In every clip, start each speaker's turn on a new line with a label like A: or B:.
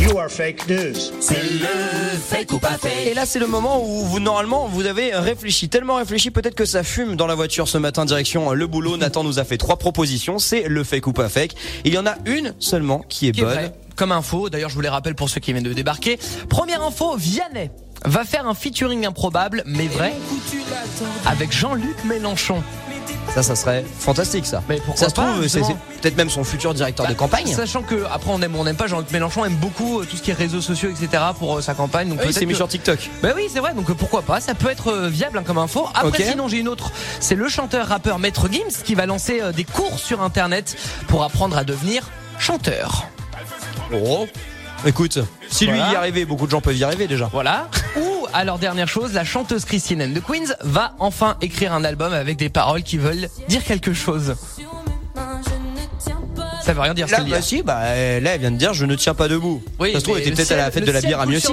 A: You are fake news.
B: C'est le fake ou pas fake.
C: Et là, c'est le moment où vous, normalement, vous avez réfléchi, tellement réfléchi, peut-être que ça fume dans la voiture ce matin, direction euh, le boulot. Nathan nous a fait trois propositions. C'est le fake ou pas fake. Il y en a une seulement qui est
B: Qui est
C: bonne.
B: vrai, Comme info, d'ailleurs je vous les rappelle pour ceux qui viennent de débarquer. Première info, Vianney va faire un featuring improbable mais vrai avec Jean-Luc Mélenchon.
C: Ça, ça serait fantastique, ça.
B: Mais pourquoi
C: ça se
B: pas,
C: trouve, c'est
B: justement.
C: c'est peut-être même son futur directeur de
B: Bah,
C: campagne.
B: Sachant que après on aime ou on n'aime pas Jean-Luc Mélenchon aime beaucoup euh, tout ce qui est réseaux sociaux etc pour euh, sa campagne donc
C: il
B: peut-être
C: s'est mis
B: que-
C: sur TikTok.
B: Bah oui, c'est vrai, donc euh, pourquoi pas, ça peut être euh, viable hein, comme info. Après,
C: Ok.
B: sinon, j'ai une autre. C'est le chanteur-rappeur Maître Gims qui va lancer euh, des cours sur Internet pour apprendre à devenir chanteur.
C: Oh. Écoute, si lui
B: Voilà.
C: y arrivait, beaucoup de gens peuvent y arriver déjà.
B: Voilà. Ou, alors, dernière chose, la chanteuse Christine and the Queens va enfin écrire un album avec des paroles qui veulent dire quelque chose. Ça veut rien dire,
C: Là,
B: c'est
C: bah, si, bah, euh, là, elle vient de dire, je ne tiens pas debout. ça se trouve, elle était peut-être à la fête de la bière à hein. mieux
B: aussi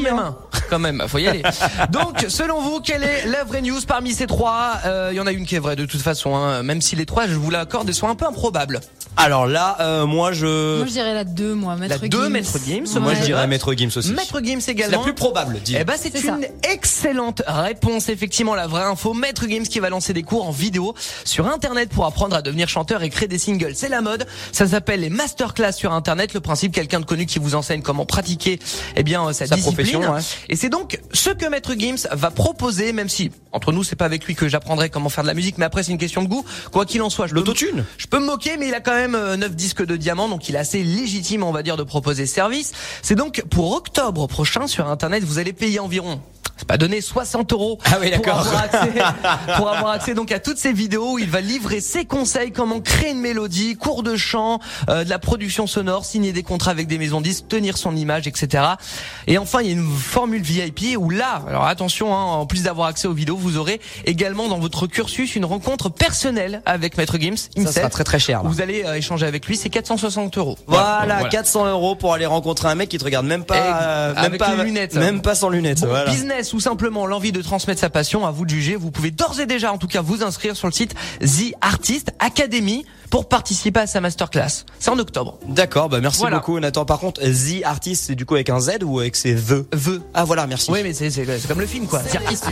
B: Quand même, faut y aller. Donc, selon vous, quelle est la vraie news parmi ces trois Euh, Il y en a une qui est vraie de toute façon, hein, même si les trois, je vous l'accorde, elles sont un peu improbables.
C: Alors là, euh, moi, je,
D: Moi, je dirais la 2, moi. Maître
B: La deux,
D: Gims.
B: Maître Gims,
D: Ouais.
C: moi,
B: ouais.
C: je dirais Maître Gims aussi.
B: Maître Gims
C: C'est la
B: également.
C: plus probable, dis.
B: Eh ben, c'est
D: C'est
B: une excellente réponse. Effectivement, la vraie info. Maître Games qui va lancer des cours en vidéo sur Internet pour apprendre à devenir chanteur et créer des singles. C'est la mode. Ça s'appelle les masterclass sur Internet. Le principe, quelqu'un de connu qui vous enseigne comment pratiquer, eh bien, euh, sa,
C: Sa
B: discipline.
C: profession, ouais.
B: Et c'est donc ce que Maître Gims va proposer, même si, entre nous, c'est pas avec lui que j'apprendrai comment faire de la musique, mais après, c'est une question de goût. Quoi qu'il en soit, je peux-
C: L'autotune.
B: je peux me moquer, mais il a quand même 9 disques de diamant, donc il est assez légitime, on va dire, de proposer ce service. C'est donc pour octobre prochain sur Internet, vous allez payer environ. C'est pas donné 60 euros
C: Ah oui,
B: pour,
C: d'accord.
B: avoir accès, pour avoir accès donc à toutes ces vidéos où il va livrer ses conseils comment créer une mélodie, cours de chant, euh, de la production sonore, signer des contrats avec des maisons de disques, tenir son image, etc. Et enfin il y a une formule VIP où là, alors attention, hein, en plus d'avoir accès aux vidéos, vous aurez également dans votre cursus une rencontre personnelle avec Maître Gims.
C: Ça
B: himself.
C: sera très très cher. là.
B: Vous allez euh, échanger avec lui, c'est 460 euros.
C: Voilà, 400 euros pour aller rencontrer un mec qui te regarde même pas,
B: Et-
C: euh, même
B: avec
C: pas,
B: les lunettes.
C: même pas sans lunettes.
B: Bon,
C: voilà.
B: Business ou simplement l'envie de transmettre sa passion, à vous de juger. Vous pouvez d'ores et déjà, en tout cas, vous inscrire sur le site The Artist Academy pour participer à sa masterclass. C'est en octobre.
C: D'accord, bah merci
B: Voilà.
C: beaucoup Nathan. Par contre, The Artist, c'est du coup avec un Z ou avec ses The
B: Veut.
C: Ah voilà, merci.
B: Oui, mais c'est c'est- c'est comme le film, quoi. The Artist.